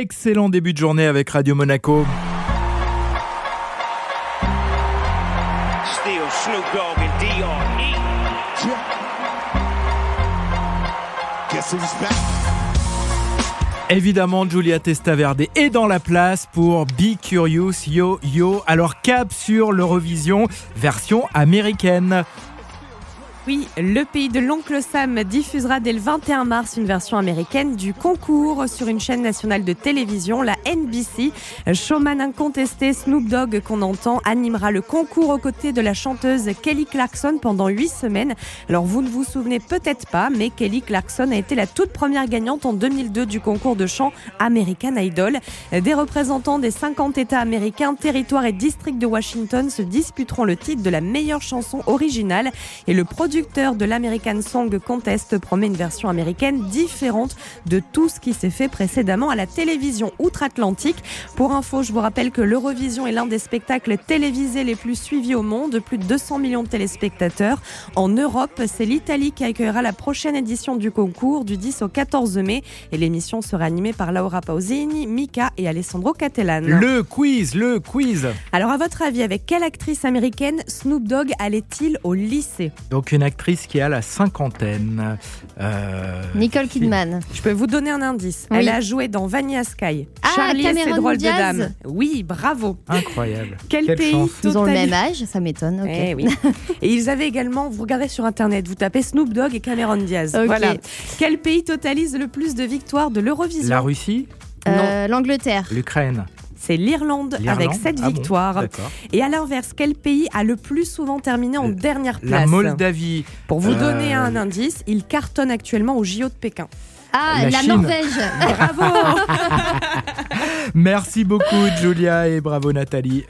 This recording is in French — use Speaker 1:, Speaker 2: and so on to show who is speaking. Speaker 1: Excellent début de journée avec Radio Monaco.
Speaker 2: Still Snoop Dogg and E. D.R.E.
Speaker 3: Guess who's back?
Speaker 1: Évidemment, Julia Testaverde est dans la place pour Be Curious Yo Yo. Alors cap sur l'Eurovision version américaine.
Speaker 4: Oui, le pays de l'oncle Sam diffusera dès le 21 mars une version américaine du concours sur une chaîne nationale de télévision, la NBC. Showman incontesté Snoop Dogg qu'on entend animera le concours aux côtés de la chanteuse Kelly Clarkson pendant huit semaines. Alors vous ne vous souvenez peut-être pas, mais Kelly Clarkson a été la toute première gagnante en 2002 du concours de chant American Idol. Des représentants des 50 États américains, territoires et districts de Washington se disputeront le titre de la meilleure chanson originale et le produit producteur de l'American Song Contest promet une version américaine différente de tout ce qui s'est fait précédemment à la télévision outre-Atlantique. Pour info, je vous rappelle que l'Eurovision est l'un des spectacles télévisés les plus suivis au monde, plus de 200 millions de téléspectateurs. En Europe, c'est l'Italie qui accueillera la prochaine édition du concours du 10 au 14 mai et l'émission sera animée par Laura Pausini, Mika et Alessandro Catalan.
Speaker 1: Le quiz, le quiz.
Speaker 4: Alors à votre avis, avec quelle actrice américaine Snoop Dogg allait-il au lycée
Speaker 1: Donc une actrice qui a la cinquantaine. Euh,
Speaker 5: Nicole
Speaker 1: qui-
Speaker 5: Kidman.
Speaker 4: Je peux vous donner un indice.
Speaker 5: Oui.
Speaker 4: Elle a joué dans Vanilla Sky,
Speaker 5: Ah,
Speaker 4: Charlie et ses
Speaker 5: Cameron
Speaker 4: drôles
Speaker 5: Diaz.
Speaker 4: de dames. Oui, bravo.
Speaker 1: Incroyable.
Speaker 4: Quel
Speaker 1: Quelle
Speaker 4: pays
Speaker 1: chance.
Speaker 5: Ils ont le
Speaker 4: totali-
Speaker 5: même âge, ça m'étonne. ok.
Speaker 4: Eh oui. Et ils avaient également, vous regardez sur internet, vous tapez Snoop Dogg et Cameron Diaz.
Speaker 5: Ok.
Speaker 4: Voilà. Quel pays totalise le plus de victoires de l'Eurovision
Speaker 1: La Russie,
Speaker 5: Euh, L'Angleterre.
Speaker 1: l'Ukraine,
Speaker 4: C'est l'Irlande
Speaker 1: l'Irlande.
Speaker 4: avec 7
Speaker 1: Ah bon,
Speaker 4: victoires.
Speaker 1: d'accord.
Speaker 4: et à l'inverse, quel pays a le plus souvent terminé en
Speaker 1: Le-
Speaker 4: dernière place
Speaker 1: Euh, La Moldavie,
Speaker 4: Pour vous
Speaker 1: Euh,
Speaker 4: donner un indice, il cartonne actuellement au JO de Pékin.
Speaker 5: Ah,
Speaker 1: La
Speaker 5: la,
Speaker 1: Chine.
Speaker 5: Norvège.
Speaker 4: Bravo
Speaker 1: Merci beaucoup, Julia, et bravo, Nathalie.